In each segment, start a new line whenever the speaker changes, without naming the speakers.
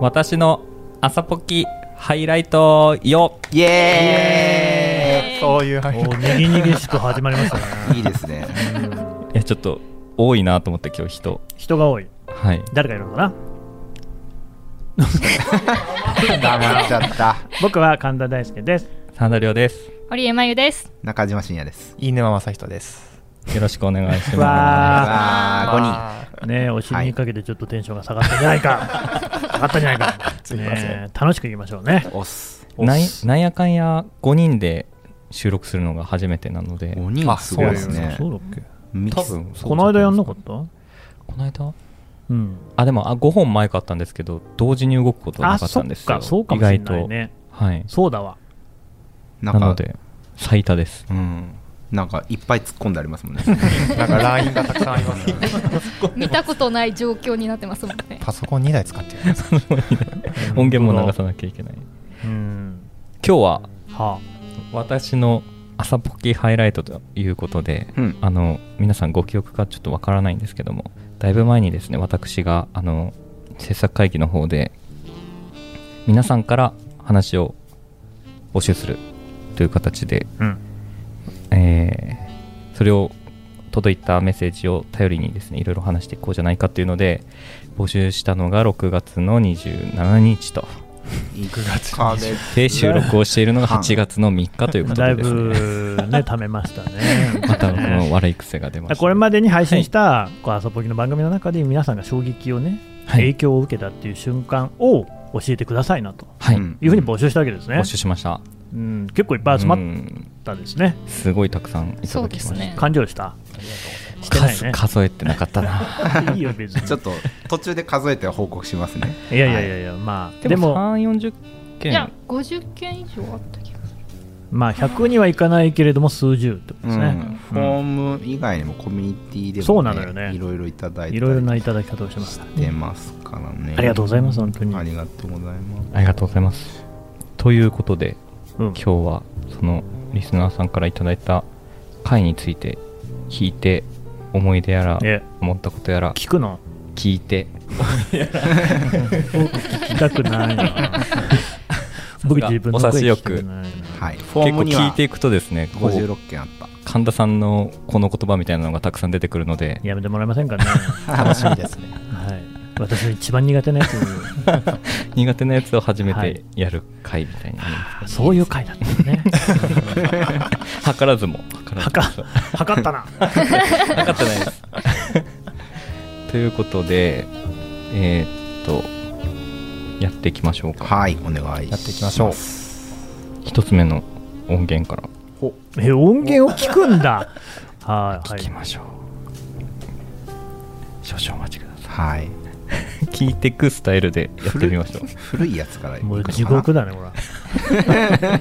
私の朝ポキハイライトよ
イエーイそういう話
おにぎにぎしく始まりましたね
いいですね
いやちょっと多いなと思って今日人
人が多い
はい
誰かいるのかな
黙っちゃった
僕は神田大輔です
サンダリオです
堀江真由です。
中島信也です
飯沼正人です。
よろしくお願いしま
わ
わ
あ
ーねえお尻にかけてちょっとテンションが下がったんじゃな いか下がったんじゃないか
すいません
ねえ楽しくいきましょうね
ー5人押
す
す
なんなんやかんや5人で収録するのが初めてなので
5人はすごいですね
そうだっけ
ミ
多
キス
分
この間やんな
の
かった
この間
うん
あでもあ5本前かったんですけど同時に動くことはな
あ
かっ
そ
た
っ
んですよ
かそうかもしれない
意外
ね
とはい
そうだわ
な
なんの
か
で最多 です
うんなんかいっぱい突っ込んでありますもんね
ーなんかラインがたくさんありますね。
見たことない状況になってますもんね。
パソコン2台使ってるんですか。
音源も流さなきゃいけない
うん
今日は
は
私の朝ポキハイライトということで
うん
あの皆さんご記憶かちょっとわからないんですけどもだいぶ前にですね私があの制作会議の方で皆さんから話を募集するという形で、
うん
えーそれを届いたメッセージを頼りにですねいろいろ話していこうじゃないかというので募集したのが6月の27日と
9月かね
で収録をしているのが8月の3日という
あ
こと
だい
でです
ぶ
ね
ね貯めましたね
またこの悪い癖が出ました
これまでに配信した「こう朝ポキ」の番組の中で皆さんが衝撃をね、
はい
影響を受けたっていう瞬間を教えてくださいなと
はい、
うん
いうふうに募集したわけですね、
募集しました
うん、結構いっぱい集まっ
うん
たですね、
すごいたくさんいただき
そう
ま
で
し
す
た、
ね。
完了したしてない
数
ね
数えてなかったな
いいよ別
ちょっ
に
と途中で数えて報告しますね
いやいやいやいやまあで
でも
も
3 4 0
いや
件、
五十件以上あった気がす
まあ100にはいかないけれども数十ってこ
う
とです
ん
ね、
フォーム以外にもコミュニティでも
そうなのよね
いろいろいただいたり
いろいろないただき方をしてますから
出
ね
ますからね
ありがとうございます本当に、
ありがとうございます
ありがとうございますということで
うん
今日はそのリスナーさんからいただいた回について聞いて思い出やら
え
思ったことやら
聞くの
聞いて
聞きたくないな僕自分の声聞きたくないな
はいフォ
結
ー
構
ムには
聞いていくとですねこう
56件あった
神田さんのこの言葉みたいなのがたくさん出てくるので
やめてもらえませんか ね
楽しみですね。
はい私の一番苦手なやつに
苦手なやつを初め
は
て
い
やる回みたいになります
そういう回だったんだね
図らずも図らず
はか測ったな
なかったないです。 ということで、えーっと、やっていきましょうか。
はい、お願い
やっていきましょう
一つ目の音源から
え音源を聞くんだはいは
聞
い
きましょう。少々お待ちくださ
はい。
い。聞いてくスタイルでやってみましょう。
古いやつからいく
も
の
う
かな
地獄だねほら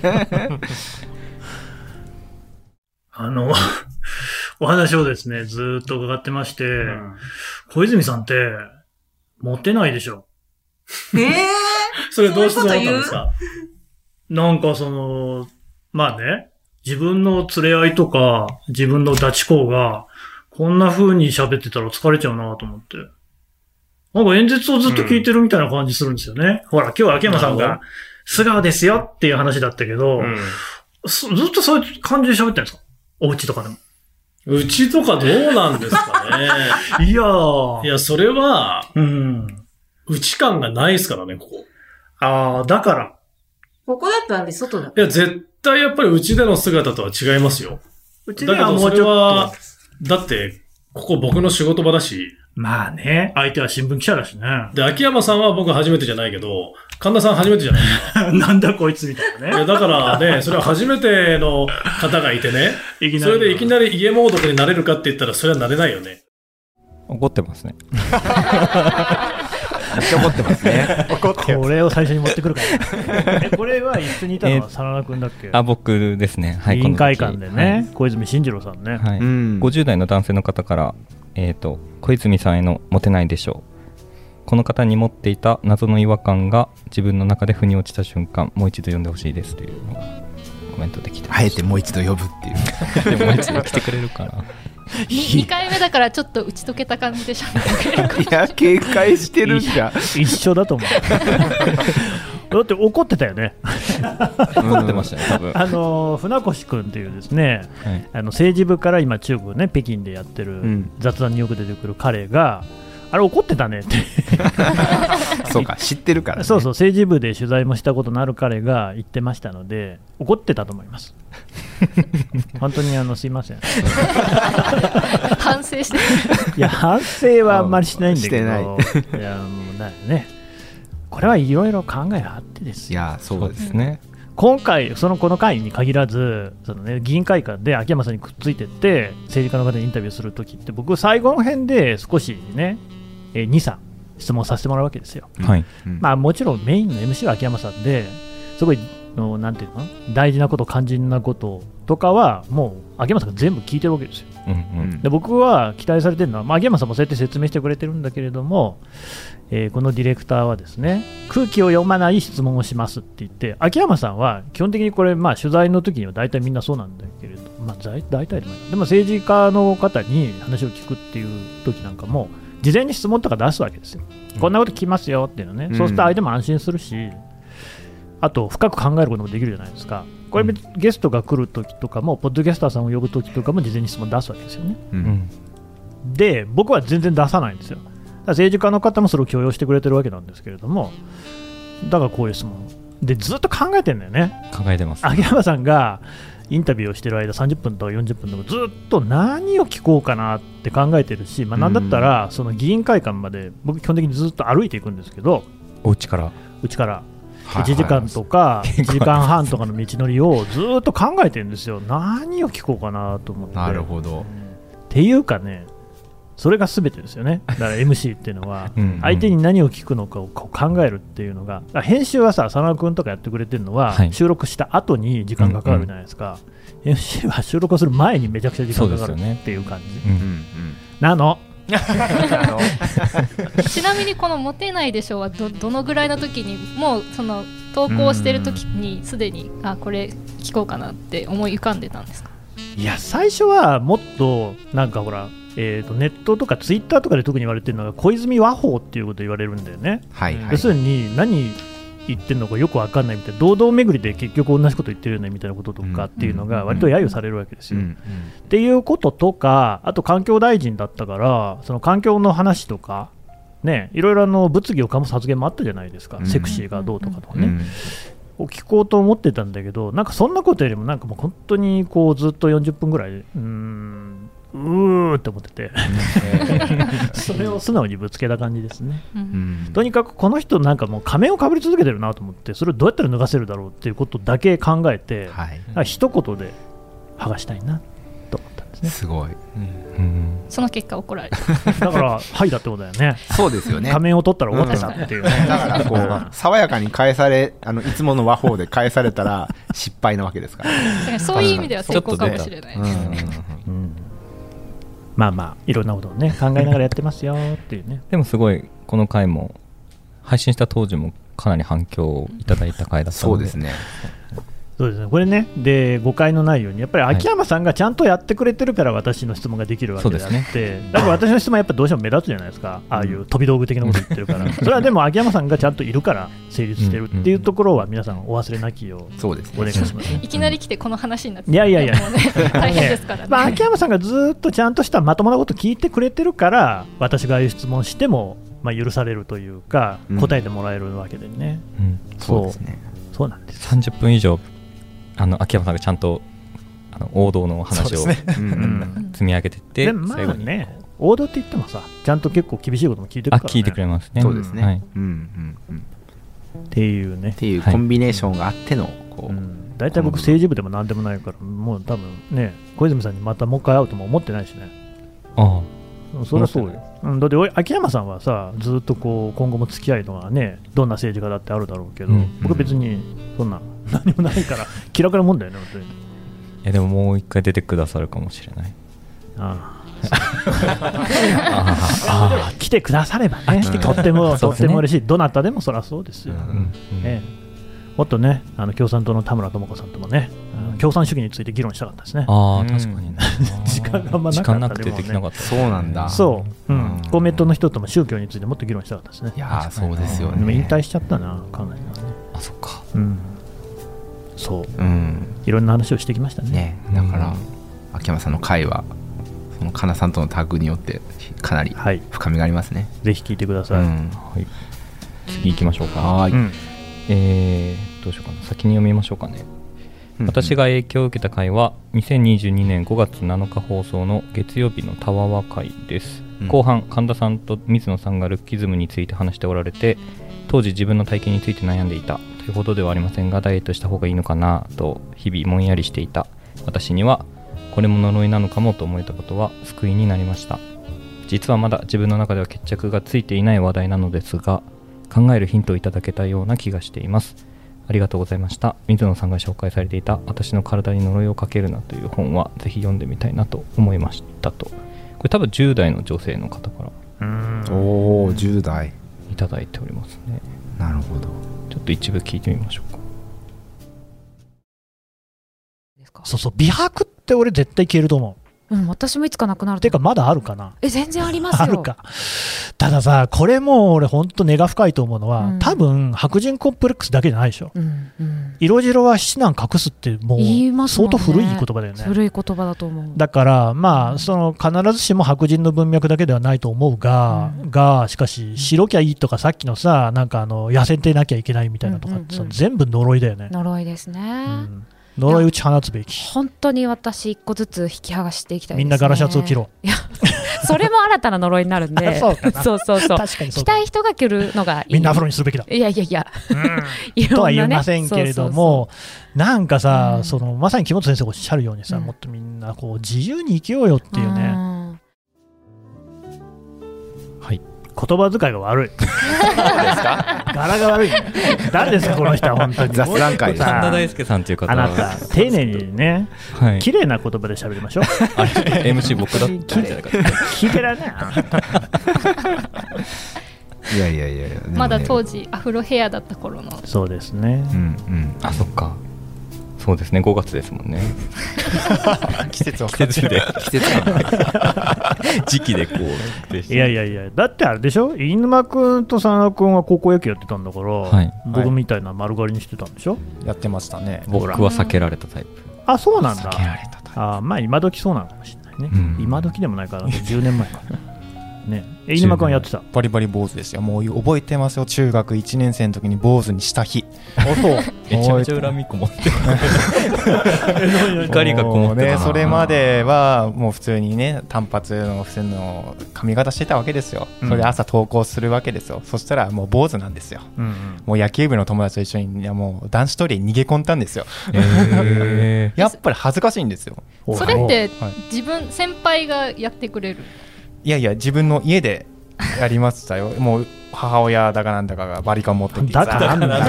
あのお話をですねずーっと伺ってまして、小泉さんってモテないでしょ
ええ
それどうしてそう思ったんですかなんかその、まあね、自分の連れ合いとか、自分のダチ公が、こんな風に喋ってたら疲れちゃうなと思って。なんか演説をずっと聞いてるみたいな感じするんですよね。ほら、今日は秋山さん
なる
が、素顔ですよっていう話だったけど、
う
そずっとそういう感じで喋ってるんですかお家とかでも。
うちとかどうなんですか ね。
いやー。
いや、それは、
うん。
うち感がないですからね、ここ。
あー、だから。
ここだったんで外だった。
いや、絶対やっぱりうちでの姿とは違いますよ。
うちで
だけ
は
ど、
も
そうれ
ちょっ
は
と。、
だって、ここ僕の仕事場だし、
まあね、相手は新聞記者だしね。
で、秋山さんは僕初めてじゃないけど、神田さん初めてじゃない。
なんだこいつみたいないね。
や、だか らね、それは初めての方がいてね、
いきな
そ
り。
れでいきなり家猛毒になれるかって言ったら、それはなれないよね。
怒ってますね。
めっちゃ怒ってますね。
ん。怒って
こ
る。
れを最初に持ってくる から。えこれは一緒にいたの
え
は真田君だっけ
あ、僕ですね。はい、
委員会館で
この時
ね、小泉進次郎さんね。
はい。はい
ん
50代の男性の方から、えー、と小泉さんへのモテないでしょうこの方に持っていた謎の違和感が自分の中で腑に落ちた瞬間もう一度読んでほしいですというのがコメントできて
あえてもう一度呼ぶっていう。
でももう一度来てくれるかな
2回目だからちょっと打ち解けた感じでしゃべってくれるかも
いや、警戒してるんじゃ。
一緒だと思 うだって怒ってたよね
怒ってましたね、多分。
あの船越君っていうですね
はい
あの政治部から今中国ね北京でやってる
ん
雑談によく出てくる彼が、あれ怒ってたねって
そうか、知ってるからね。
そうそう、政治部で取材もしたことのある彼が言ってましたので、怒ってたと思い ます。本当にあのすいません。い
反省して
や、反省はあんまりしないんだけど、
うん
いや、もうだよね。これはいろいろ考えがあってです
い
よ。
や、
そ
そ
うう
で。
ですすね。
今回、そのこの回に限らず、そのね、議員会館で秋山さんにくっついてって、政治家の方にインタビューするときって、僕、最後の辺で少しね、えー2、3質問させてもらうわけですよ。
うん
はい。
うん
まあもちろんメインの MC は秋山さんですごいのなんていうの大事なこと肝心なこととかはもう秋山さんが全部聞いてるわけですよ
うん
う
うん
で僕は期待されてるのは、まあ、秋山さんもそうやって説明してくれてるんだけれども、えーこのディレクターはですね空気を読まない質問をしますって言って秋山さんは基本的にこれ、まあ、取材の時には大体みんなそうなんだけれど、まあ、大大体でもないでも政治家の方に話を聞くっていう時なんかも事前に質問とか出すわけですよ、こんなこと聞きますよっていうのね、
うん
そうすると相手も安心するしあと深く考えることもできるじゃないですかこれ、別にゲストが来るときとかもポッドキャスターさんを呼ぶときとかも事前に質問出すわけですよね
う
うんん。
で僕は全然出さないんですよだから政治家の方もそれを強要してくれてるわけなんですけれどもだからこういう質問でずっと考えてんだよね
考えてます。
秋山さんがインタビューをしてる間30分とか40分でもずっと何を聞こうかなって考えてるし、まあ、なんだったらその議員会館まで僕基本的にずっと歩いていくんですけど
お家から。
うちから
はい
1時間とか1時間半とかの道のりをずっと考えてるんですよ何を聞こうかなと思って
なるほど。
っていうかねそれが全てですよねだから MC っていうのは
うんうん
相手に何を聞くのかをこう考えるっていうのがだから編集はさ佐野君とかやってくれてるのは、
はい
収録した後に時間がかかるじゃないですか、MC は収録をする前にめちゃくちゃ時間かか
そう
る
ですよね
っていう感じ
うん
うんうん。
なの
ちなみにこの「モテないでしょ」はどどのぐらいの時にもうその投稿してる時にすでにあこれ聞こうかなって思い浮かんでたんですか
いや最初はもっとなんかほらえー、とネットとかツイッターとかで特に言われてるのが小泉和法っていうこと言われるんだよね、
はいはい。
要するに何言ってるのかよく分かんないみたいな堂々巡りで結局同じこと言ってるよねみたいなこととかっていうのが割と揶揄されるわけです
う
よ。
ん
っていうこととかあと環境大臣だったからその環境の話とか。ね、いろいろあの物議を醸す発言もあったじゃないですか、
うん
セクシーがどうとかとか
う
ね、
ん
を聞こうと思ってたんだけど、なんかそんなことよりも、なんかもう本当にこうずっと40分ぐらい、うーん、うーって思ってて、 それを素直にぶつけた感じですね。
うん
とにかくこの人なんかもう仮面をかぶり続けてるなと思ってそれをどうやったら脱がせるだろうっていうことだけ考えて、
はい。
あ一言で剥がしたいなと思った んですね
すごい。
うん
その結果怒られた
だからはいだってことだよね
そうですよね。
仮面を取ったら終わってたっていうね、
だからこう、爽やかに返され、あの、いつもの和法で返されたら失敗なわけですから。
そういう意味では
ち
成
ょっと
功か
出
も
た。
し
う
れない、
ん
うんまあまあいろんなことをね考えながらやってますよっていうね
でもすごい、この回も、配信した当時もかなり反響をいただいた回だった
そ
の
う
で。
ですね。
そうですねこれねで誤解のないようにやっぱり秋山さんがちゃんとやってくれてるから私の質問ができるわけであって、
そうで
だから私の質問はやっぱどうしても目立つじゃないですかああいう飛び道具的なこと言ってるからそれはでも秋山さんがちゃんといるから成立してるっていうところは皆さんお忘れなきよう
そうです
お願
ね。
いしますね
いきなり来てこの話になって
いやいやいや
もうね大変ですからね、
まあ、秋山さんがずっとちゃんとしたまともなこと聞いてくれてるから私がああいう質問しても、まあ、許されるというか
うん
答えてもらえるわけでね、
うん
そうですね。
そうなんです
30分以上あの秋山さんがちゃんとあの王道の話を
そうですね。
うんう
うんん
積み上げてって、
でもま
最後
あ
に、
ね王道って言ってもさちゃんと結構厳しいことも聞いてる
あ
から、ね、
聞いてくれますね
そうですね
はい、
うんうんうん。
っていうね
っ、ていうコンビネーションがあっての、こ
う
う、
ん、大体僕政治部でも何でもないからもう多分ね小泉さんにまたもう一回会うとも思ってないしね
あ
うんそりゃそうよ、うん、だっておい秋山さんはさずっとこう今後も付き合いとかねどんな政治家だってあるだろうけど、
うん
僕は別にそんな何もないから気楽なもんだよね本当に
あいやでももう一回出てくださるかもしれない
あ
あ
あ 来てくださればね
来てく
とっても、
そうで
とっ
すね
ても嬉しいどなたでもそりゃそうですよ、
あ、うんうん
ええもっとね、あの共産党の田村智子さんともね、あの共産主義について議論したかったですね。
ああ、
うん
確かにね
時間があんまなか
時
った
間なくて
でもね
できなかった。
そうなんだ
そう、うん
うん
公明党の人とも宗教についてもっと議論したかったですね
い。やーそうですよ
でも
ね
引退しちゃったな、考えたらね。
あ、そっか。
うん、そう、
うん
いろんな話をしてきましたね。
ねだから秋山さんの会はそのかなさんとのタッグによってかなり
はい、
深みがありますね、
ぜひ聞いてください。
うん
はい。次行きましょうか。
はーい
うん
えー、どうしようかな。先に読みましょうかね。私
が
が影響を受けた回は2022年5月7日放送の月曜日のたわわ会です、
うん
後半神田さんと水野さんがルッキズムについて話しておられて当時自分の体験について悩んでいたというほどではありませんがダイエットした方がいいのかなと日々もんやりしていた私にはこれも呪いなのかもと思えたことは救いになりました実はまだ自分の中では決着がついていない話題なのですが考えるヒントをいただけたような気がしていますありがとうございました水野さんが紹介されていた「私の体に呪いをかけるな」という本はぜひ読んでみたいなと思いましたとこれ多分10代の女性の方から
おお10代
いただいておりますね
なるほど
ちょっと一部聞いてみましょうか
そうそう、美白って俺絶対消えると思
うん、私もいつかなくな
う。
る
て
と
か、まだあるかな
え、全然ありますよ。
あるか。たださ、これも俺、ほんと根が深いと思うのは、
うん
多分白人コンプレックスだけじゃないでしょ。
うん、うん。
色白は死難隠すって、も
言いうます
相
もん
当
ね
古い言葉だよね。
古い言葉だと思う。
だから、まあ、その必ずしも白人の文脈だけではないと思うが、
う
がしかし、白きゃいいとか、さっきのさ、なんかあの痩せてなきゃいけないみたいなとか、
うんうんうん
その全部呪いだよね、
呪いですね。
うん呪い打ち放つべき、
本当に私一個ずつ引き剥がしていきたいです、
み
ね、
んなガラシャツを着ろ、
それも新たな呪いになるん
あ
で
そうかな
そうそうそう
確かにそ
着
うだ
たい人が着るのがいい
みんなアフロにするべきだ。
いやいやいや、いろ
と
んなね
は言いませんけれども、なんかさ、
うん
そのまさに木本先生がおっしゃるようにさ、
うん
もっとみんなこう自由に生きようよって
そうそうそ
いう
う
ね、
ん
言葉遣いが悪い。柄が 悪い。誰ですか、この人は、本当に。
雑談会です
さ
神
あ
田大輔さんという方
あなた、丁寧にね、
はい、
綺麗な言葉で喋りまし ょう。
あれ MC 僕だったんじゃないかな
聞いてられないな。
いやいやいやいやでもね
まだ当時アフロヘアだった頃の
そうですね。
うんうん
あそっかそうですね5月ですもんね
季節を
季節 で
季節感が
時期でこう
いやいやいや、だってあれでしょ、飯沼君と佐野君は高校野球やってたんだから、
はい
僕みたいな丸刈りにしてたんでしょ。
やってましたね。
僕は避けられたタイプ
あ、そうなんだ。
避けられたタイ
あーまあ今時そうなのかもしれないね、
うん
今時でもない から10年前かなねえ飯沼君はやってた
バリバリ坊主ですよ。もう覚えてますよ。中学1年生の時に坊主にした日。
プめちゃめちゃ恨みこもってる 怒りがこも
も
っ
う
てた
ね、
な
それまではもう普通にね単発の普通の髪型してたわけですよ、
うん
それで朝投稿するわけですよそしたらもう坊主なんですよ
うんうん
もう野球部の友達と一緒にいやもう男子トイレに逃げ込んだんですよ
へ
やっぱり恥ずかしいんですよ
お
それって
はい
自分先輩がやってくれる
いやいや自分の家でやりましたよもう母親だかなんだかがバリカン持ってきて
だからなんだ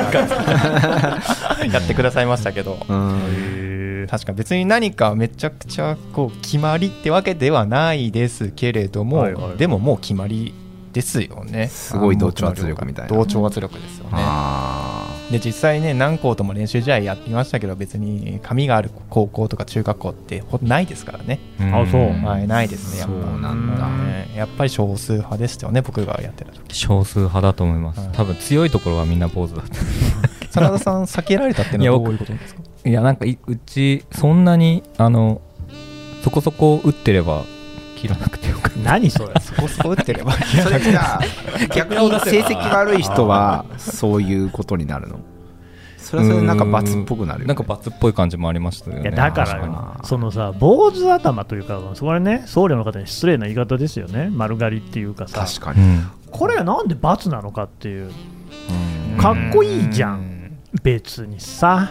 やってくださいましたけど
うん
へ
確か別に何かめちゃくちゃこう決まりってわけではないですけれども、
はいはい
でももう決まりですよね
すごい同調圧力みたいな
同調圧力ですよね
あ
で実際ね何校とも練習試合やってましたけど別に髪がある高校とか中学校ってほないですからね、
ー
あそうん
はい、ないですねやっ
そう
ぱ
なん だ
ねやっぱり少数派でしたよね僕がやってた時
少数派だと思います、
はい
多分強いところはみんな坊主だった
真田さん避けられたっていうのはどういうことですか
いやなんかいうちそんなにあのそこそこ打ってれば切らなくてよかっ
ー何それ
そこそこ打ってれば
あそれじゃあ逆に成績が悪い人はそういうことになるのそれはそれでなんか罰っぽくな
た
るよ、ね、
なんか罰っぽい感じもありましたよ
い
ね
やだか
確
ら
に
よそのさ坊主頭というかそれね僧侶の方に失礼な言い方ですよね丸刈りっていうかさ
確か
う
に、
ん
これはなんで罰なのかっていうかっこいいじゃん
ん
別にさ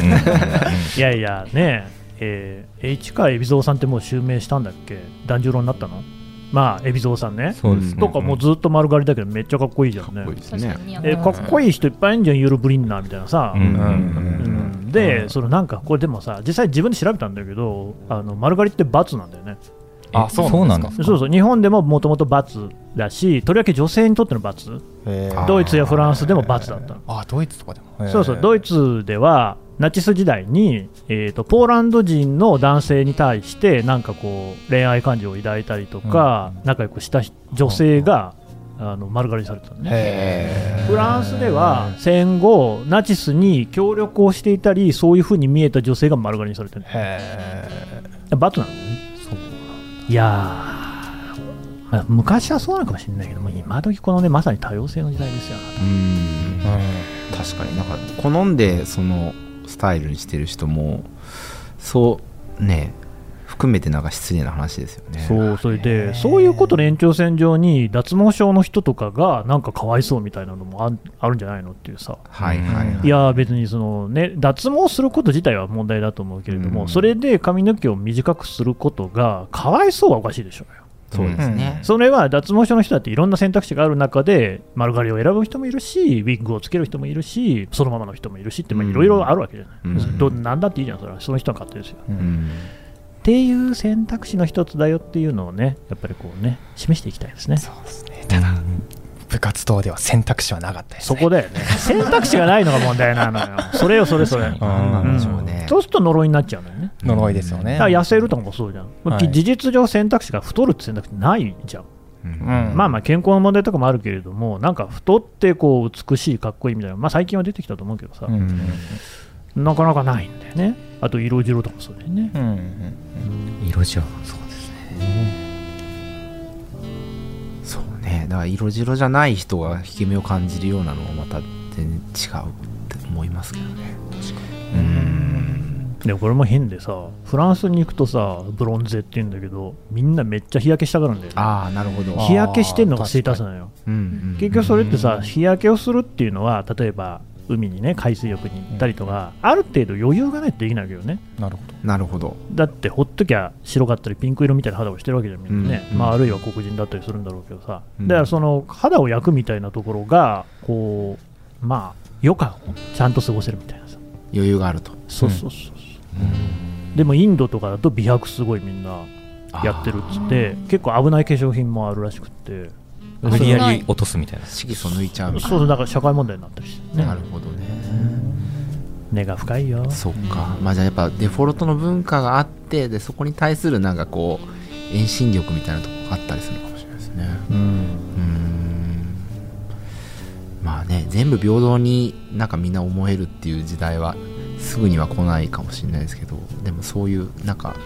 うんうん
いやいやねえー、H か海老蔵さんってもう襲名したんだっけ團十郎になったのまあ海老蔵さんね
そうですね
とかもうずっと丸刈りだけどめっちゃかっこいいじゃん
か
ね
っこいいです
確か
ね
に似合って
え
ま
か
す
っこいい人いっぱいいるじゃんユーロ・ブリンナーみたいなさ、
う
うんん
う
うんん
う
うん
んで、そのなんかこれでもさ実際自分で調べたんだけどあの丸刈りって罰なんだよね
あそうなんですか
そ
そうそう日本でももともと罰だしとりわけ女性にとっての罰
へー
ドイツやフランスでも罰だったの
あドイツとかでも
そうそう、ドイ
ツ
ツではナチス時代に、えー、とポーランド人の男性に対してなんかこう恋愛感情を抱いたりとか、
うん
仲良くした女性が、あの丸刈りにされてたのね。フランスでは戦後ナチスに協力をしていたりそういうふうに見えた女性が丸刈りにされてる
へ
バトなのねいやーまあ昔はそうなのかもしれないけども今時このねまさに多様性の時代ですよ
うん
え
確かになんか好んでそのスタイルにしてる人もそうね含めてなんか失礼な話ですよね
そうそれでそういうことの延長線上に脱毛症の人とかがなんかかわいそうみたいなのもあんあるんじゃないのっていうさ
はいはいはい
いやー別にその、ね、脱毛すること自体は問題だと思うけれども、
うん
それで髪の毛を短くすることがかわいそうはおかしいでしょうよ。
そうですね、
ね
それは脱毛症の人だっていろんな選択肢がある中で丸刈りを選ぶ人もいるしウィッグをつける人もいるしそのままの人もいるしってまあ
うん
いろいろあるわけじゃない、
うん
どなんだっていいじゃんそれはその人の勝手ですよ。
う
うん
っていう選択肢の一つだよっていうのをねやっぱりこうね示していきたいですね。
そうですねただ部活動では選択肢はなかったです
そ
ね
こだよね選択肢がないのが問題なのよそれよそれそれ、
うん
何なんでしょう
う
ね
ん、そうすると呪いになっちゃうのよね
呪いですよね
だから痩せるとかもそうじゃん、
はい
事実上選択肢が太るって選択肢ないじゃん、
うん
まあまあ健康の問題とかもあるけれどもなんか太ってこう美しいかっこいいみたいな、まあ、最近は出てきたと思うけどさ、
うん
なかなかないんだよねあと色白とかもそうだよね
うんうん
色白そうですね
そうねだから色白じゃない人が引け目を感じるようなのはまた全然違うって思いますけどねうん
でもこれも変でさフランスに行くとさブロンゼって言うんだけどみんなめっちゃ日焼けしたがるんだよね
ああなるほど
日焼けしてんのがステータスなのよ
うんうん
結局それって
う
さ
ん
日焼けをするっていうのは例えば海にね海水浴に行ったりとか、ある程度余裕がないとできないわけどね
なるほど
なるほど
だってほっときゃ白かったりピンク色みたいな肌をしてるわけじゃんみんなね、
うん
まあ、あるいは黒人だったりするんだろうけどさ、
うん
だからその肌を焼くみたいなところがこうまあ余暇をちゃんと過ごせるみたいなさ
余裕があると
そうそうそうそう、でもインドとかだと美白すごいみんなやってるっつって結構危ない化粧品もあるらしくって
無理やり落とすみたいな
色素抜いちゃう
そうそうだから社会問題になったりしてね
なるほどね
根が深いよ
そっかまあじゃあやっぱデフォルトの文化があってでそこに対するなんかこう遠心力みたいなとこがあったりするのかもしれないですね
うん
うーんまあね全部平等になんかみんな思えるっていう時代はすぐには来ないかもしれないですけどでもそういうなんか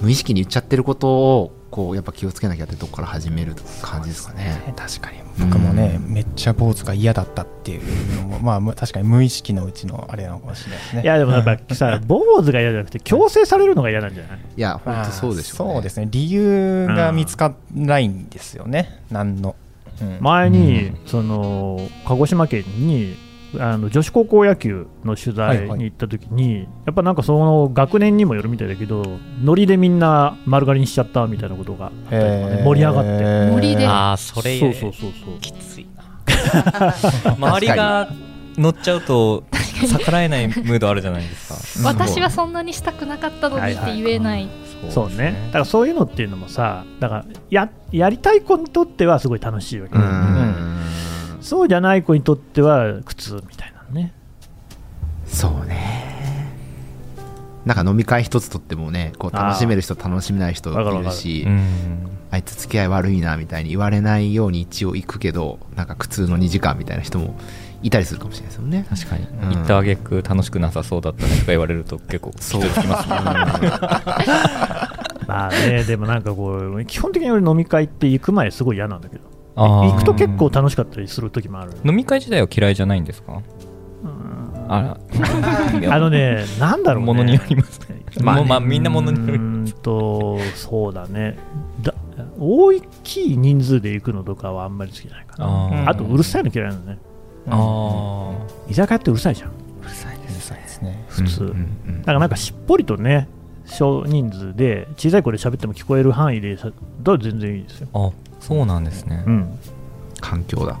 無意識に言っちゃってることをこうやっぱ気をつけなきゃってとこから始める感じですかね。
確かに僕もね、めっちゃ坊主が嫌だったっていうのもまあむ確かに無意識のうちのあれなのかもしれないですね
いやでもやっぱさ坊主が嫌じゃなくて強制されるのが嫌なんじゃない
いや本当そうでしょうね。
そうですね理由が見つからないんですよね、何の、うん
前に、
うん
その鹿児島県にあの女子高校野球の取材
はいはい
に行った時に、やっぱなんかその学年にもよるみたいだけどノリでみんな丸刈りにしちゃったみたいなことがあったりとかね
へー
盛り上がって
森で
ああそれ
そうそうそうそう
きつい な周りが乗っちゃうと逆らえないムードあるじゃないですか
私はそんなにしたくなかったのにって言えない
そうねだからそういうのっていうのもさだからややりたい子にとってはすごい楽しいわけ、
うーん
そうじゃない子にとっては苦痛みたいなのね
そうね。なんか飲み会一つとってもねこう楽しめる人楽しめない人
わかる
い
わか
る
る
し
うん
あいつ付き合い悪いなみたいに言われないように一応行くけどなんか苦痛の2時間みたいな人もいたりするかもしれないですよね。
確かに
ん
行ったあげく楽しくなさそうだったねとか言われると結構きついきますね
まあ ね、でもなんかこう、基本的に俺飲み会って行く前すごい嫌なんだけど、
あー
行くと結構楽しかったりする時もある。
飲み会自体は嫌いじゃないんですかあら
あのね、なんだろう ね。
ものによりますね
まあね
もうまあみんなものによ
う
り
ーんと、そうだね。だ大きい人数で行くのとかはあんまり好きじゃないかな。
あー
あと、うるさいの嫌いなのね。
あ
居酒屋ってうるさいじゃん、
うるさいですね
普通。
うんうん
だからなんかしっぽりとね、少人数で、小さい声で喋っても聞こえる範囲でさ、だから全然いいですよ。
ーあそうなんですね
うん。
環境だ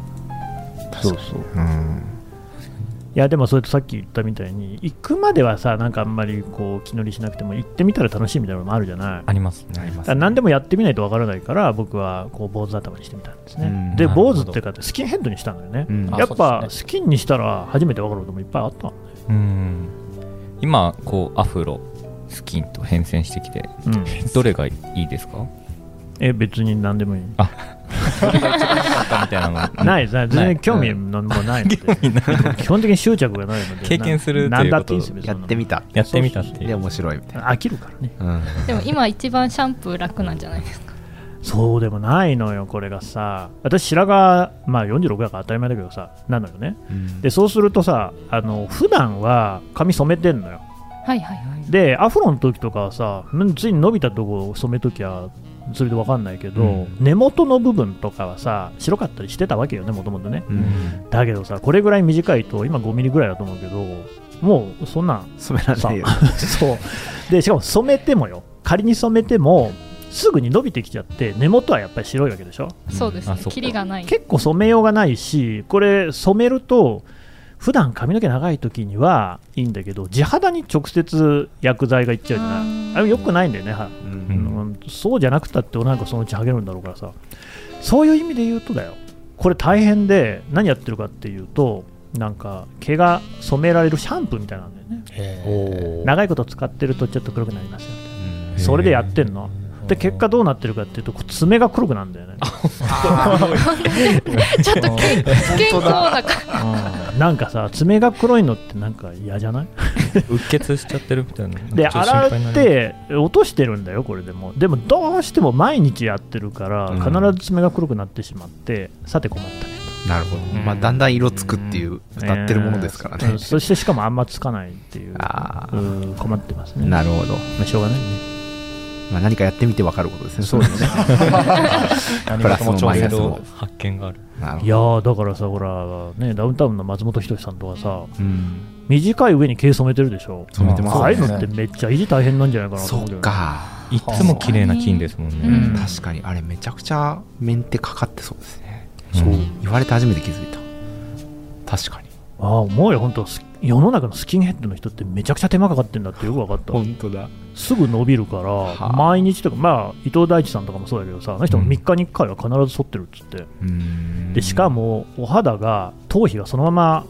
そうそう。
うん
でいやでもそれとさっき言ったみたいに行くまではさなんかあんまりこう気乗りしなくても行ってみたら楽しいみたいなのもあるじゃない
ありますね。ありま
だから何でもやってみないとわからないから僕はこう坊主頭にしてみたんですね
うん
で
なるほ
坊
ど
主っていうかスキンヘッドにしたんだよね
うん
あ
やっ
そう
ぱ
です
スキンにしたら初めてわかることもいっぱいあった
うん。今、こう、アフロ、スキンと変遷してきて、
うん
どれがいいです か
え別に何でもいい
みたいなのが。
ないです全
ない
然興味のもないので基本的に執着がないので
経験する
な
という
何だ
こと
っていいんですよ別に
やってみた
やってみたってい
で
う。
面白いみたいな
飽きるからね
うん
でも今一番シャンプー楽なんじゃないですか
そうでもないのよこれがさ私白髪まあ46だから当たり前だけどさなのよね
うん
でそうするとさあの普段は髪染めてんのよ
はいはいはい
でアフロの時とかはさうんついに伸びたとこ染めときゃそれで分かんないけど、
うん
根元の部分とかはさ白かったりしてたわけよねもともとね
うん
だけどさこれぐらい短いと今5ミリぐらいだと思うけどもうそんなん
染められ
さ
ないよ
そうでしかも染めてもよ仮に染めてもすぐに伸びてきちゃって根元はやっぱり白いわけでしょ
そうです
あ
ね
そっか
キリがない
結構染めようがないしこれ染めると普段髪の毛長い時にはいいんだけど地肌に直接薬剤がいっちゃうじゃないあれよくないんだよねは
う
うんん
うんそうじゃなくたってなんかそのうちハゲるんだろうからさそういう意味で言うとだよこれ大変で何やってるかっていうとなんか毛が染められるシャンプーみたいなんだよね
おー
長いこと使ってるとちょっと黒くなりますよみたいな
うん
それでやってんので結果どうなってるかっていうとこう爪が黒くなんだよね
ちょっとけ不健康な感じ
うんなんかさ爪が黒いのってなんか嫌じゃないう
っ血しちゃってるみたいな。
で
ちょと心配に
洗
な
っ
ります
て落としてるんだよこれでもでもどうしても毎日やってるから
うん
必ず爪が黒くなってしまって、さて困ったね
なるほど、まあ、だんだん色つくっていう歌ってるものですからね、
うんそしてしかもあんまつかないっていう
ああ
うん困ってますね
なるほど、
まあしょうがないね
まあ、何かやってみてわかることですねそうですね
何
プラスもマイナス
ちょ
も
っと発見がある。
なるほど
いやーだからさほらねダウンタウンの松本人志さんとかさ
うん
短い上に毛染めてるでしょ
染めてま
あ
す
あい
ね
うのってめっちゃ維持大変なんじゃないかなと
そ
思うけ
っ
ど
か、
いつも綺麗な金ですもんね。
うん
確かにあれめちゃくちゃ面ってかかってそうですね
そう
言われて初めて気づいた確かに
ああ思うよ本当ス世の中のスキンヘッドの人ってめちゃくちゃ手間かかってんだってよく分かった
本当だ
すぐ伸びるから、
はあ
毎日とか、まあ、伊藤大地さんとかもそうだけどさ、あの人も
うん
3日に1回は必ず剃ってるっつって、
うん
でしかもお肌が、頭皮がそのまま、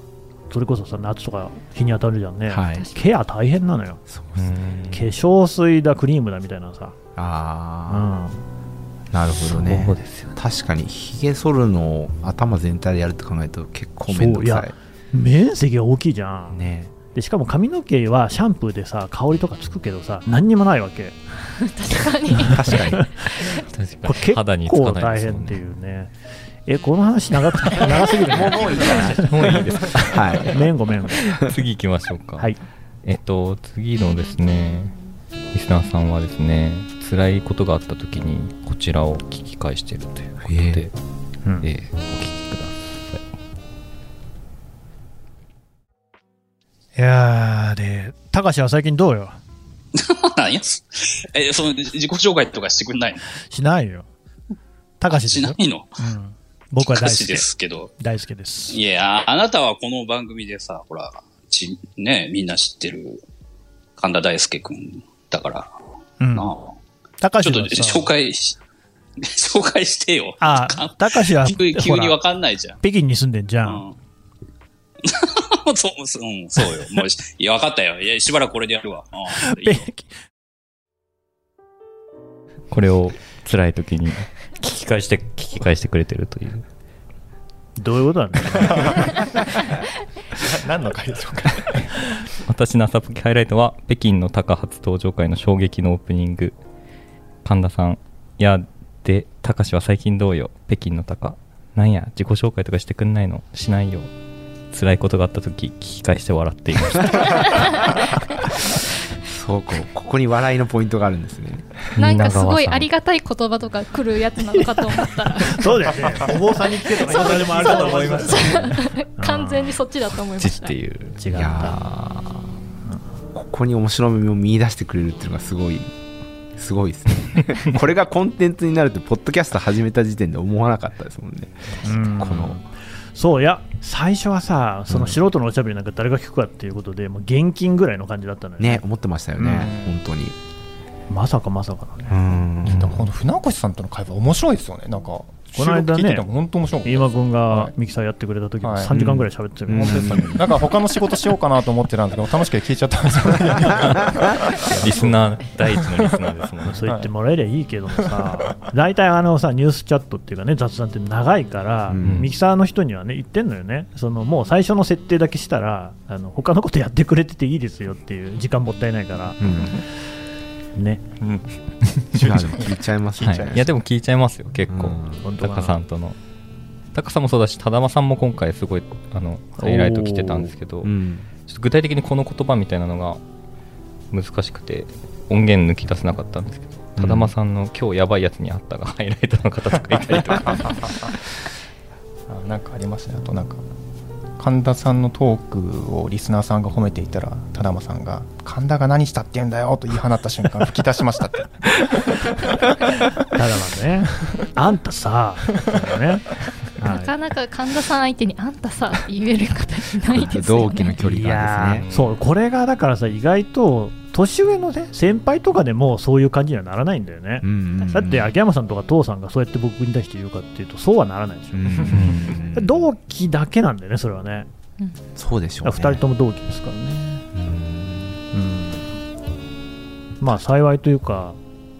それこそさ夏とか日に当たるじゃんね、
はい
ケア大変なのよ、
そう
う
ですね
ん
化粧水だ、クリームだみたいなさ、う
ああ
ん、
なるほどね
そうですよね。
確かにひげ剃るのを頭全体でやるって考えると結構面倒く
そう
さ
い面積が大きいじゃ
い
ん、
ね
で、しかも髪の毛はシャンプーでさ、香りとかつくけどさ、何にもないわけ、
確かに
確かに
確か
こ
に。
れ
肌に
結
つか
構
ないで
大
す
変
もん
ってい
ね。
うね、え、この 話長く長すぎるね、
もういいか
もういいですか。
はい
めんごめんご、
次行きましょうか。
はい。
えっと、次のですね、リスナーさんはですね、辛いことがあったときに、こちらを聞き返しているということで、
え
え
ー
うん
えお聞きください。
いやーで、たかしは最近どうよ
なんやえ、その、自己紹介とかしてくんないの
しないよ。たかし
し
で
な
す
いの
ようん。僕は大好
私
き
で
です。
すけど。
大好きです。
いや、あなたはこの番組でさ、ほら、ち、ね、みんな知ってる、神田大輔くんだから、
うん
な。あ
たかし
ちょっと
はさ
紹介し、 紹介してよ。
ああ、たかしは、
急急
ほ
に
ら
わかんないじゃん。
北京に住んでんじゃ。
うんん。 そう、そう、うんそうよ。もう、いや、わかったよ。いや、しばらくこれでやるわ。うんいいよ
北京
これを辛いときに、聞き返して、聞き返してくれてるという。
どういうことな んだろう
何の回でしょうか
私の朝ポきハイライトは、北京の高初登場会の衝撃のオープニング、神田さん、いや、で、たかしは最近どうよ、北京の高。なんや、自己紹介とかしてくんないのしないよ。辛いことがあったとき、聞き返して笑っています。
そうこうここに笑いのポイントがあるんですね
なんかすごいありがたい言葉とか来るやつなのかと思ったら
そうだよね。お坊さんに来てとか、そうでもあると思いました。
完全にそっちだと思いま
ちっ
した
ていう。
違
いうや
んだ。
ーここに面白みを見出してくれるっていうのがすごいすごいです ねこれがコンテンツになるとポッドキャスト始めた時点で思わなかったですもんね
うん
この
そういや最初はさその素人のおしゃべりなんか誰が聞くかっていうことで、もう現金ぐらいの感じだったのよ
ね思ってましたよね、本当に
まさかまさかのね
でもこの船越さんとの会話面白いですよねなんか
こ
こ
の間
聞いて
ね
ても本当面白かった
飯間君がミキサーやってくれた時も
はい
3時間ぐらい喋ってたよね
本当ですよね なんか他の仕事しようかなと思ってたんですけど楽しくて聞いちゃったんですよね
リスナー第一のリスナーです もんね
そう言ってもらえりゃいいけどもさ、大体あのさニュースチャットっていうかね雑談って長いから、
うん
ミキサーの人にはね言ってんのよねそのもう最初の設定だけしたらあの他のことやってくれてていいですよっていう時間もったいないから、ね、
いやでも聞いちゃいますね
はい、いやでも聞いちゃいますよ結構
本
タ
当かな
カさんとのタカさんもそうだしタダマさんも今回すごいあのハイライト来てたんですけど、
おーうん
ちょっと具体的にこの言葉みたいなのが難しくて音源抜き出せなかったんですけど
うん
タダマさんの「今日やばいやつにあった」がハイライトの方とかいたりとか
あなんかありますねあとなんか神田さんのトークをリスナーさんが褒めていたら田玉さんが「神田が何したって言うんだよ」と言い放った瞬 間吹き出しましたって
ただまねあんたさね
なかなか神田さん相手にあんたさって言える方いないですよね。
の距離
感ですねそうこれがだからさ意外と年上のね先輩とかでもそういう感じにはならないんだよね、だって秋山さんとか父さんがそうやって僕に対して言うかっていうとそうはならないでしょ、同期だけなんだよねそれはね
そうでしょう
2
ね
人とも同期ですからねうんまあ幸いというか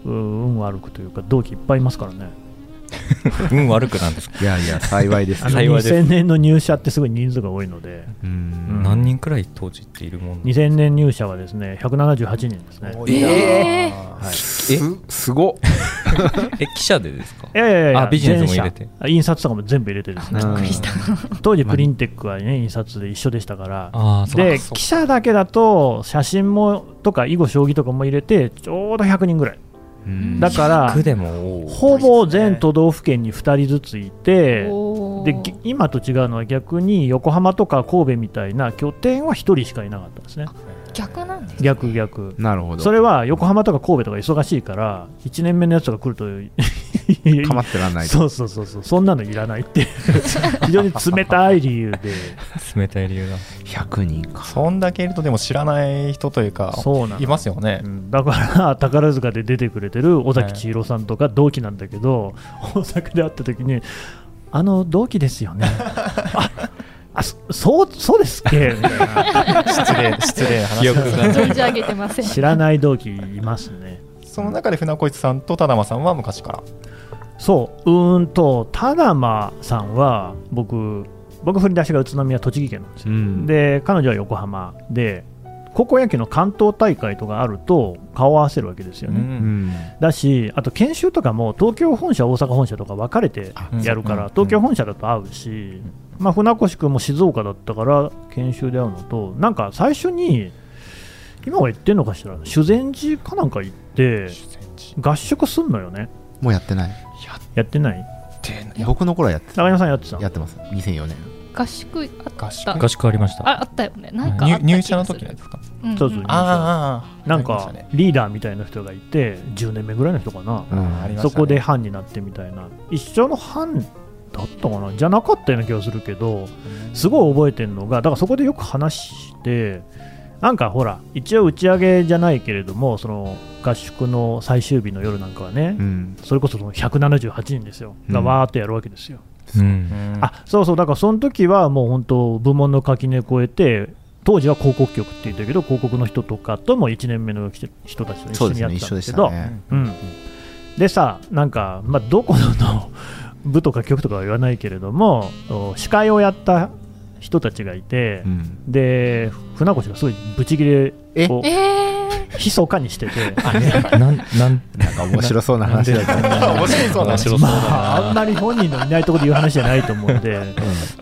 う運悪くというか同期いっぱいいますからね
運悪くなんですか
いやいや幸いです
あの
幸いです
2000年の入社ってすごい人数が多いのでうん
何人くらい当時っているもん
2000年入社はですね178人ですね
え
はい
すご
え記者でですか
いやいやいや
あビジネスも入れて
全社あ印刷とかも全部入れ てですね
あびっくりした
当時プリンテックはね印刷で一緒でしたから
あーそうか
で
そうか
記者だけだと写真もとか囲碁将棋とかも入れてちょうど100人ぐらいだから
100でも多い
ほぼ全都道府県に2人ずついて
おー
でぎ今と違うのは逆に横浜とか神戸みたいな拠点は1人しかいなかったんですね
逆なんです。
逆逆
なるほど
それは横浜とか神戸とか忙しいから1年目のやつが来ると か
まってらんない
そうそうそうそうそんなのいらないって非常に冷たい理由で
冷たい理由だ
100人か
そんだけいるとでも知らない人というか
そうなの
いますよね、
だから 宝塚で出てくれてる尾崎千尋さんとか同期なんだけど、大阪で会った時にあの同期ですよねああそそうそうですっけみたいな
失礼失 礼な話
記憶
が存じ上
げて ません
知らない同期いますね
その中で船越さんと田玉さんは昔から
そううーんと田玉さんは僕僕振り出しが宇都宮栃木県なんですよ、で彼女は横浜で高校野球の関東大会とかあると顔を合わせるわけですよね、だしあと研修とかも東京本社大阪本社とか分かれてやるから、
うん
東京本社だと会うし、まあ、船越君も静岡だったから研修で会うのとなんか最初に今は言ってんのかしら修善寺かなんか行って合宿すんのよね
もうやってない
やってない
僕の頃はやって
た中山さんやってた
やってます2004年
合宿あった。合
宿合宿ありました
ああったよね。なんかあ
入
った気がする
入社の時のやつですか
うんうん
そうそう
あ
なんかリーダーみたいな人がいて10年目ぐらいの人かな、
うんありましたね
そこで班になってみたいな一緒の班だったかなじゃなかったような気がするけどすごい覚えてるのがだからそこでよく話してなんかほら一応打ち上げじゃないけれどもその合宿の最終日の夜なんかはね、
うん
それこそその178人ですよが
うん
わーっとやるわけですよ、
うん
あそうそうだからその時はもう本当部門の垣根越えて当時は広告局って言ったけど広告の人とかとも1年目の人たちと一緒にやってたんだけ
そ
ど
うですね
うんでさなんか、まあ、どこの 部とか局とかは言わないけれどもお司会をやった人たちがいて、で船越がすごいブチギレを密かにしてて、
なんなん
なんか面白そうな話だった
な
ね
んで
面白そうな話
まあ、あんまり本人のいないところで言う話じゃないと思 うんで、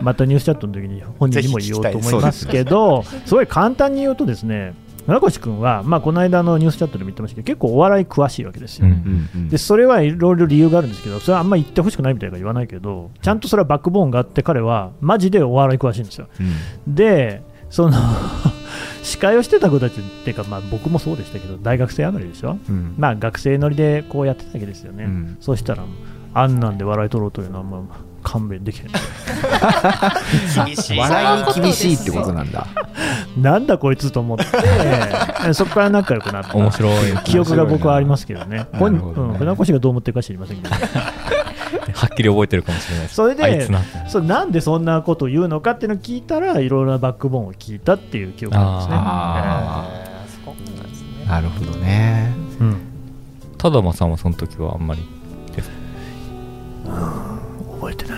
またニュースチャットの時に本人にも言おうと思いますけど、すごい簡単に言うとですね、船越君は、まあ、この間のニュースチャットでも言ってましたけど、結構お笑い詳しいわけですよ。でそれはいろいろ理由があるんですけど、それはあんまり言ってほしくないみたいなのは言わないけど、ちゃんとそれはバックボーンがあって、彼はマジでお笑い詳しいんですよ。で、その 司会をしてた子たちっていうか、まあ、僕もそうでしたけど、大学生上がりでしょ、
うん
まあ、学生乗りでこうやってたわけですよね、そうしたら、あんなんで笑い取ろうというのは、まあ、勘弁できない
厳しい笑いに厳しいってことなんだ
なんだこいつと思ってそこから仲良くなった
面白い
記憶が僕はありますけどね
面白いな
本
なるほどね
うん、船越がどう思ってるか知りませんけど
はっきり覚えてるかもしれないです
それで
あいつな
そうなんでそんなことを言うのかっていうのを聞いたらいろいろなバックボーンを聞いたっていう記憶なんですね
あなるほどね
ただまさんはその時はあんまりです
覚えてない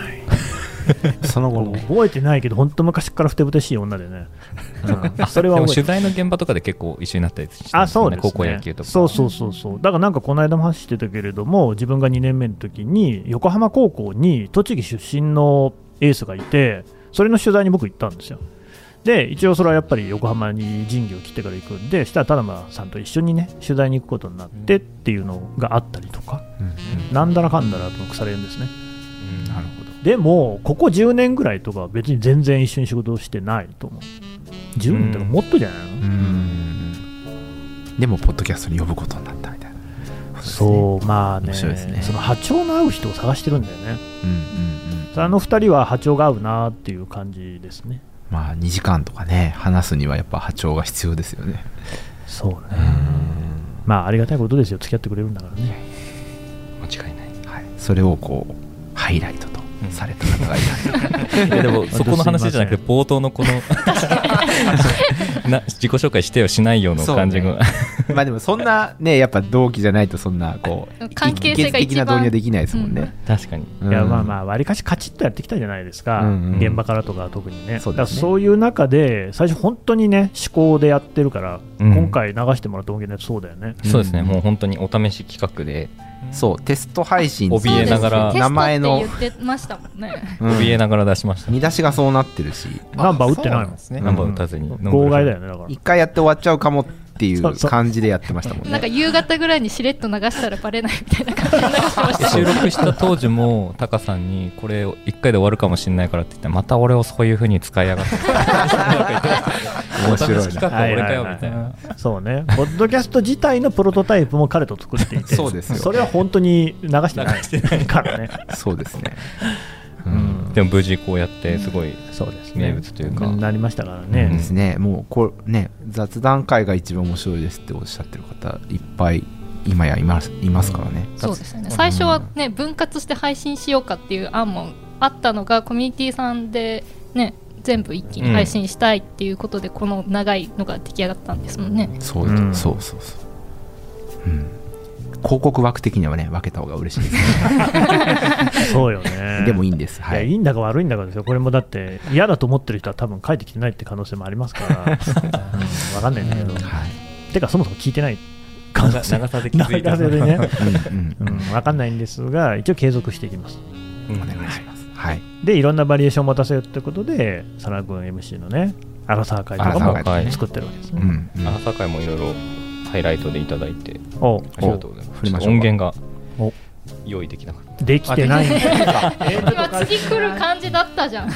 その後も
覚えてないけど本当昔からふてぶてしい女でね、うん、それは
でも
覚
取
えてる
材の現場とかで結構一緒になったりしてますよね
あそうですね
高校野球とか
そうそうそうそうだからなんかこの間も話してたけれども自分が2年目の時に横浜高校に栃木出身のエースがいてそれの取材に僕行ったんですよで一応それはやっぱり横浜に仁義を切ってから行くんでしたら田沼さんと一緒にね取材に行くことになってっていうのがあったりとか、なんだらかんだらと腐れ縁ですね、
なるほど
でもここ10年ぐらいとかは別に全然一緒に仕事をしてないと思う10年とかもっとじゃないの、
でもポッドキャストに呼ぶことになったみたいな
そうまあね
面白いですね
その波長の合う人を探してるんだよね
うんうん
あの2人は波長が合うなっていう感じですね
まあ2時間とかね話すにはやっぱ波長が必要ですよね
そうねまあありがたいことですよ付き合ってくれるんだからね
間違いない
はいそれをこうハイライトとされた方がい た、
いやで もそこの話じゃなくて冒頭の このな自己紹介してよしないよの感じが、
そうね まあでもそんなねやっぱ同期じゃないとそんなこ う
関係性が
一
一
的な
番
導入はできないですもんね、
確かに
いやまあ
あ
まあわりかしカチッとやってきたじゃないですか、
うんうん
現場からとかは特にね
そうですね
だからそういう中で最初本当にね思考でやってるから、
うん
今回流してもらった音源のやつそうだよね、
そうですねもう本当にお試し企画で
そうテスト配信
怯えながら
テスト
名前の
って言ってましたもんね。
うん
怯えながら出しました、
見出しがそうなってるし
ナンバー打ってないもん
ですね
ナンバー打たずに
妨害だよねだ から
一回やって終わっちゃうかもってい
そう
う
そう
感じでやってましたもん
なんか
ね
夕方ぐらいにしれっと流したらバレないみたいな感じで流してまし
で収録した当時もタカさんにこれ1回で終わるかもしれないからって言ってまた俺をそういうふうに使いや がって
面
お試
白
し
い
企
な
画は俺かよ
はいはいはい
みたいな
そうね、ポッドキャスト自体のプロトタイプも彼と作ってい て、
そうですよ
それは本当に流してないからね、
そうですね
うん、
でも無事こうやってすごい
そうですね、
名物というか、
なりましたから
う
ね
で、すねもうこうね雑談会が一番面白いですっておっしゃってる方いっぱい今やいますいますからね、
そうですよね最初はね分割して配信しようかっていう案もあったのがコミュニティさんでね全部一気に配信したいっていうことでこの長いのが出来上がったんですもんね、
そう
うん
そうそうそう、うん、広告枠的にはね分けた方が嬉しいです、
そうよね。
ね、 でもいいんです
い
は
やい
い
いんだか悪いんだかですよ、これもだって嫌だと思ってる人は多分書いてきてないって可能性もありますから、うんわかんないんだけど、
はい
てか、そもそも聞いてない可
長
能性
長さで気づいた
長さでね、
うん
うん、わかんないんですが、一応継続していきます。
うん
お願いしますはい
で、いろんなバリエーションを持たせようってことで、佐野君 MC のね、アラサー会とか
アラサー会
も
ね
作ってるわけです
う
ね。
んうん
朝会もいろいろハイライトでいただいて
おう
ありがとうございます
振り
ちょ
ま
っ
し
と
ょう
音
か
源が
お
用意できなかった
できてないんだ
今次来る感じだったじゃん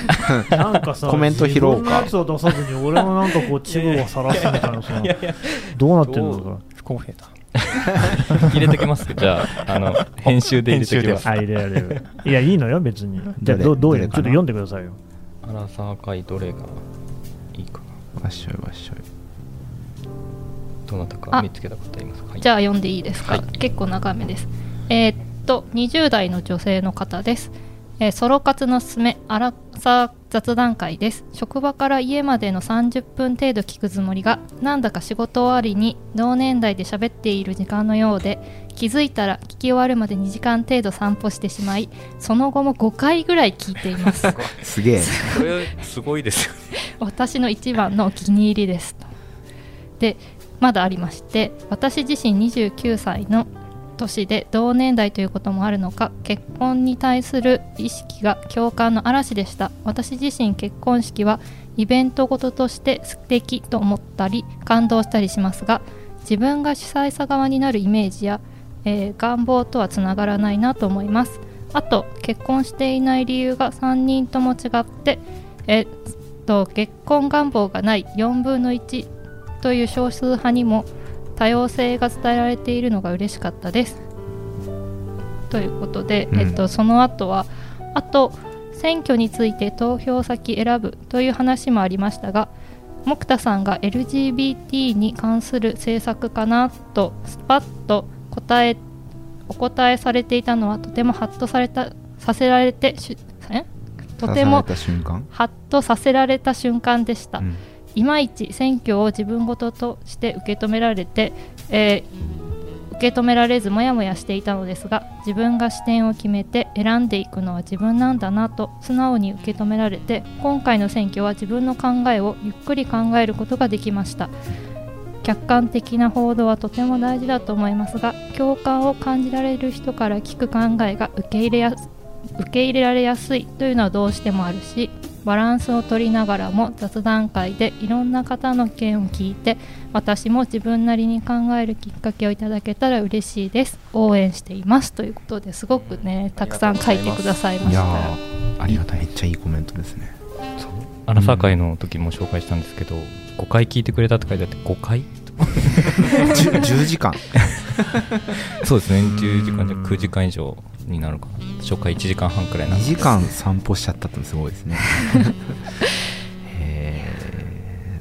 なんか さ
コメント拾
自
おうか
分のやつを出さずに俺のなんかこうチグを晒すみたい なさどうなってんのか
不公平 だ
入れときますけどじゃああ の編集で入れてきます
あ入れられるいやいいのよ別にじゃあどうど
ど
う
れ
よちょっと
どれかな
読んでくださいよ
アラサー会どれがいいかな
わっしょいわっしょい
どなたか
あ
見つけた方いますかはい
じゃあ読んでいいですか、
はい
結構長めですえーっと20代の女性の方です、えーソロ活のすすめアラサー雑談会です職場から家までの30分程度聞くつもりがなんだか仕事終わりに同年代で喋っている時間のようで気づいたら聞き終わるまで2時間程度散歩してしまいその後も5回ぐらい聞いています
すげえ
これすごいですよね
私の一番のお気に入りですとでまだありまして私自身29歳の年で同年代ということもあるのか結婚に対する意識が共感の嵐でした私自身結婚式はイベントごととして素敵と思ったり感動したりしますが自分が主催者側になるイメージや、えー願望とはつながらないなと思いますあと結婚していない理由が3人とも違ってえーと結婚願望がない4分の1という少数派にも多様性が伝えられているのが嬉しかったです。ということで、
うん
えっと、その後はあと選挙について投票先選ぶという話もありましたが木田さんが LGBT に関する政策かなとスパッと答えお答えされていたのはとてもハッとされたさせられてしえとても
刺された瞬間
ハッとさせられた瞬間でした、
うん
いまいち選挙を自分事として受け止められて、えー受け止められずモヤモヤしていたのですが自分が視点を決めて選んでいくのは自分なんだなと素直に受け止められて今回の選挙は自分の考えをゆっくり考えることができました客観的な報道はとても大事だと思いますが共感を感じられる人から聞く考えが受け入れやす受け入れられやすいというのはどうしてもあるしバランスを取りながらも雑談会でいろんな方の意見を聞いて私も自分なりに考えるきっかけをいただけたら嬉しいです応援していますということですごくねたくさん書いてください
い
まし
や
た
ーありがたいめっちゃいいコメントです ね
アラサー会の時も紹介したんですけど、5回聞いてくれたって書いてあって5回
10, 時間
そうですね10時間じゃ9時間以上になるかな紹介1時間半くらいな
2
んで
時間散歩しちゃったってのすごいですねへ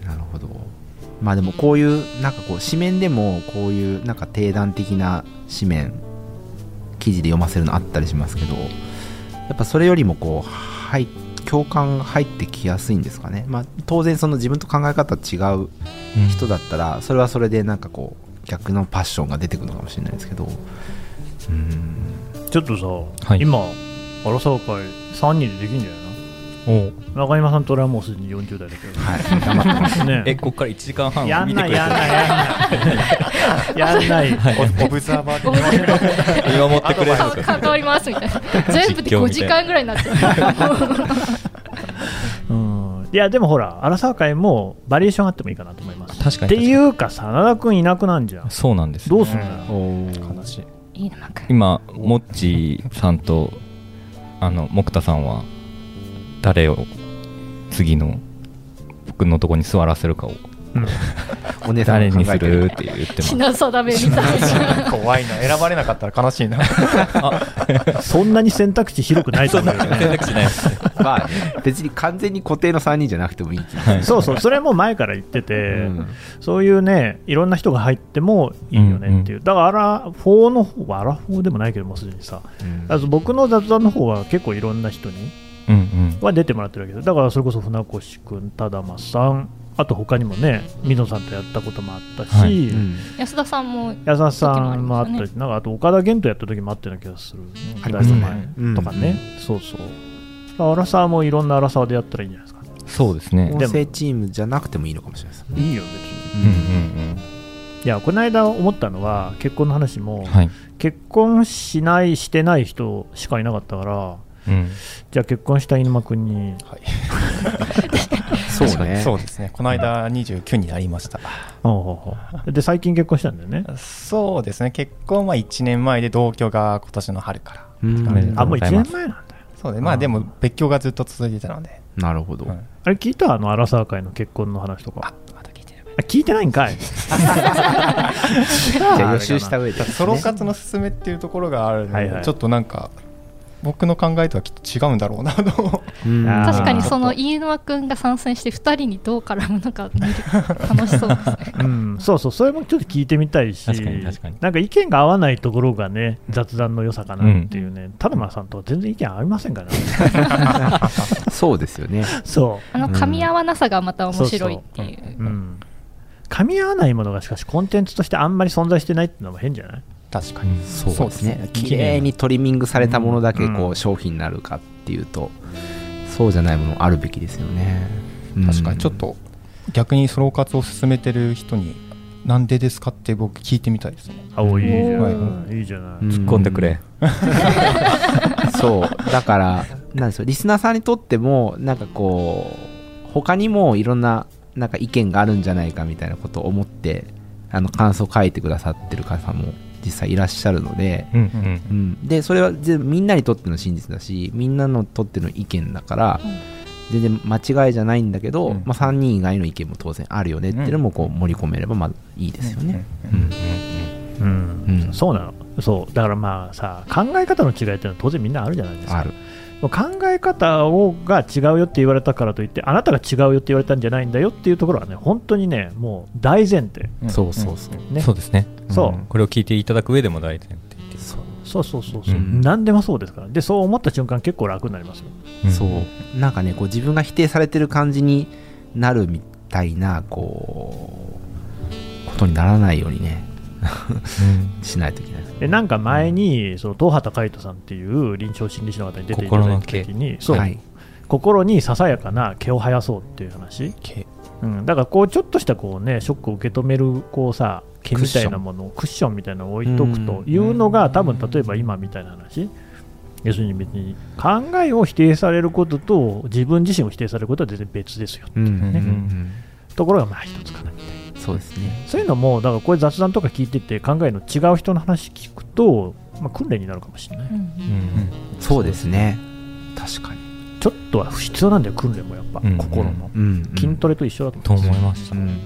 えなるほどまあでもこういうなんかこう紙面でもこういうなんか定談的な紙面記事で読ませるのあったりしますけどやっぱそれよりもこうはい共感が入ってきやすいんですかねまあ当然その自分と考え方違う人だったらそれはそれでなんかこう逆のパッションが出てくるのかもしれないですけど
ちょっとさ、今、アラサー会3人でできんじゃないの中山さんと俺はもうすでに40代だけど。
はい
頑張ってます
ね
えこっから1時間半
やん
見てく
ない、
れて
やんない、やん ない。やんない。
はい
オブザーバー
オブザ
で
見守ってくれるのか
関わりますみたい な全部で5時間ぐらいになっち ゃ
う
う
んいや、でもほら、アラサー会もバリエーションあってもいいかなと思います。
確か
っ
に
ていうか、真田君いなくなんじゃん。
そうなんです
どうすんだ
悲しい
いいななんか
今モッチーさんとあの木田さんは誰を次の僕のとこに座らせるかを
お姉さん
誰
が考
に
え
す
てる
るって言ってます
品定めみたいな
怖いな選ばれなかったら悲しいな
そんなに選択肢広くないと思うよね。
まあね、別に完全に固定の3人じゃなくてもいい気が
そうそう、それはもう前から言ってて、そういうね、いろんな人が入ってもいいよねっていう、だからアラフォーの方は、アラフォーでもないけど、もうすでにさ、
うん
あと僕の雑談の方は結構いろんな人に
うんうん
は出てもらってるわけです、だからそれこそ船越君、ただまさん、あと他にもね、水野さんとやったこともあったし、
はい
うん
安田さんも
安田さんもあったし、なんかあと岡田玄とやった時もあったような気がする、
ありますね
だいぶ前とかね、そうそう、アラサーもいろんなアラサーでやったらいいんじゃないですか、
そうですね
音声チームじゃなくてもいいのかもしれないです
いいよ、
う
別に。
んうん
いやこの間思ったのは結婚の話も、
うんはい
結婚しないしてない人しかいなかったから
うん
じゃあ結婚した犬間君に、
そうね
そうですねこの間29になりました
ほうほうほうで最近結婚したんだよね
そうですね結婚は1年前で同居が今年の春から
うん
おめでと
あもう
ござ
1
いま
年
す
前なんだよ
そうでまあでも別居がずっと続いてたので
なるほど、
うん
あれ聞いたあのアラサー会の結婚の話とか
まだ聞いてない
あ聞いてないんかい
じゃあ予習した上で、
ソロ活の勧めっていうところがあるの
は
で、
いはい
ちょっとなんか僕の考えとはきっと違うんだろうなと
うん
あー
確かにその飯沼君が参戦して2人にどう絡むのか見る楽しそうですね
うん、そうそうそれもちょっと聞いてみたいし
確かに確かに
なんか意見が合わないところがね雑談の良さかなっていうね、ただまさんとは全然意見合いませんからね
そうですよね
そ
あの噛み合わなさがまた面白いっていう
う、うん、噛み合わないものがしかしコンテンツとしてあんまり存在してないっていうのも変じゃない
確かに、
そうですね
綺麗
綺麗にトリミングされたものだけこ
うん
う商品になるかっていうとそうじゃないものもあるべきですよね、うん
確かにちょっと逆にソロ活を勧めてる人になんでですかって僕聞いてみたいですね
あおいいじゃ
は
ないいいじゃない、
う
突っ込んでくれ
そうだからなんでしょうリスナーさんにとってもなんかこう他にもいろんななんか意見があるんじゃないかみたいなことを思ってあの感想書いてくださってる方も実際いらっしゃるので、
うんうん
うん、でそれは全部みんなにとっての真実だしみんなのとっての意見だから、全然間違いじゃないんだけど、
うん
まあ、3人以外の意見も当然あるよねっていうのもこう盛り込めればまあいいですよね。うん
うん
うん
そうなのそうだからまあさ考え方の違いってのは当然みんなあるじゃないですか
ある
もう考え方をが違うよって言われたからといってあなたが違うよって言われたんじゃないんだよっていうところはね本当にねもう大前提、
そうそうそう
ね
そうですね。
そう
うんこれを聞いていただく上でも大前提っていうか
そうそうそうそう、
うん
何でもそうですからでそう思った瞬間結構楽になりますよ
うん
そうなんかねこう自分が否定されてる感じになるみたいなこうことにならないようにねしないといけないです
でなんか前に、その東畑海人さんっていう臨床心理士の方に出ていただいた時にそう、
はい
心にささやかな毛を生やそうっていう話、
毛
うん、だからこうちょっとしたこう、ね、ショックを受け止めるこうさ毛みたいなものをクッションみたいなのを置いとくというのが多分例えば今みたいな話要するに別に考えを否定されることと自分自身を否定されることは全然別ですよ
うんうん
うん
ところがまあ一つかな
うんそうですね
そういうのもだからこういう雑談とか聞いてて考えの違う人の話聞くと、まあ、訓練になるかもしれない
Mm-hmm.
そうですね確かに
ちょっとは必要なんだよ訓練もやっぱ、
うん
心の
うんうん
筋トレと一緒だと
と思いまし
う
た
ん。うんうん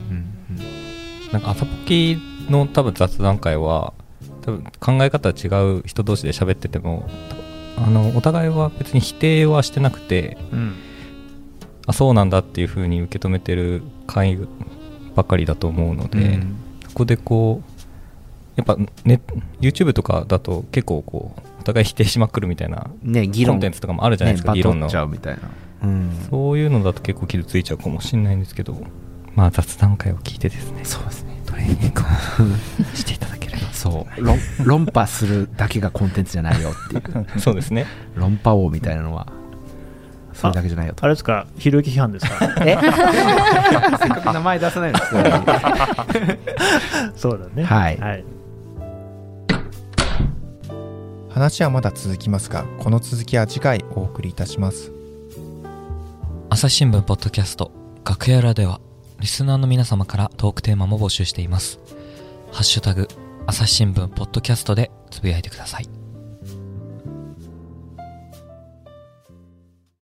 なんか朝ポキの多分雑談会は多分考え方違う人同士で喋っててもあのお互いは別に否定はしてなくて
うん
あそうなんだっていう風に受け止めてる会ばかりだと思うので、
うん
そこでこうやっぱ、ね、YouTube とかだと結構こうお互い否定しまくるみたいな
ね議
コ
論
ンテンツとかもあるじゃないですか、
ね
議論の
バトっちゃうみたいなうん
そういうのだと結構傷ついちゃうかもしれないんですけどまあ雑談会を聞いてですね
そうですね
トレーニング をしていただければ
そう論論破するだけがコンテンツじゃないよっていう
そうですね
論破王みたいなのはそれだけじゃないよと
あれですかひろゆき批判ですか
えせっかく名前出さないの
そうだね
はい
話はまだ続きますがこの続きは次回お送りいたします
朝日新聞ポッドキャスト楽屋裏ではリスナーの皆様からトークテーマも募集していますハッシュタグ朝日新聞ポッドキャストでつぶやいてください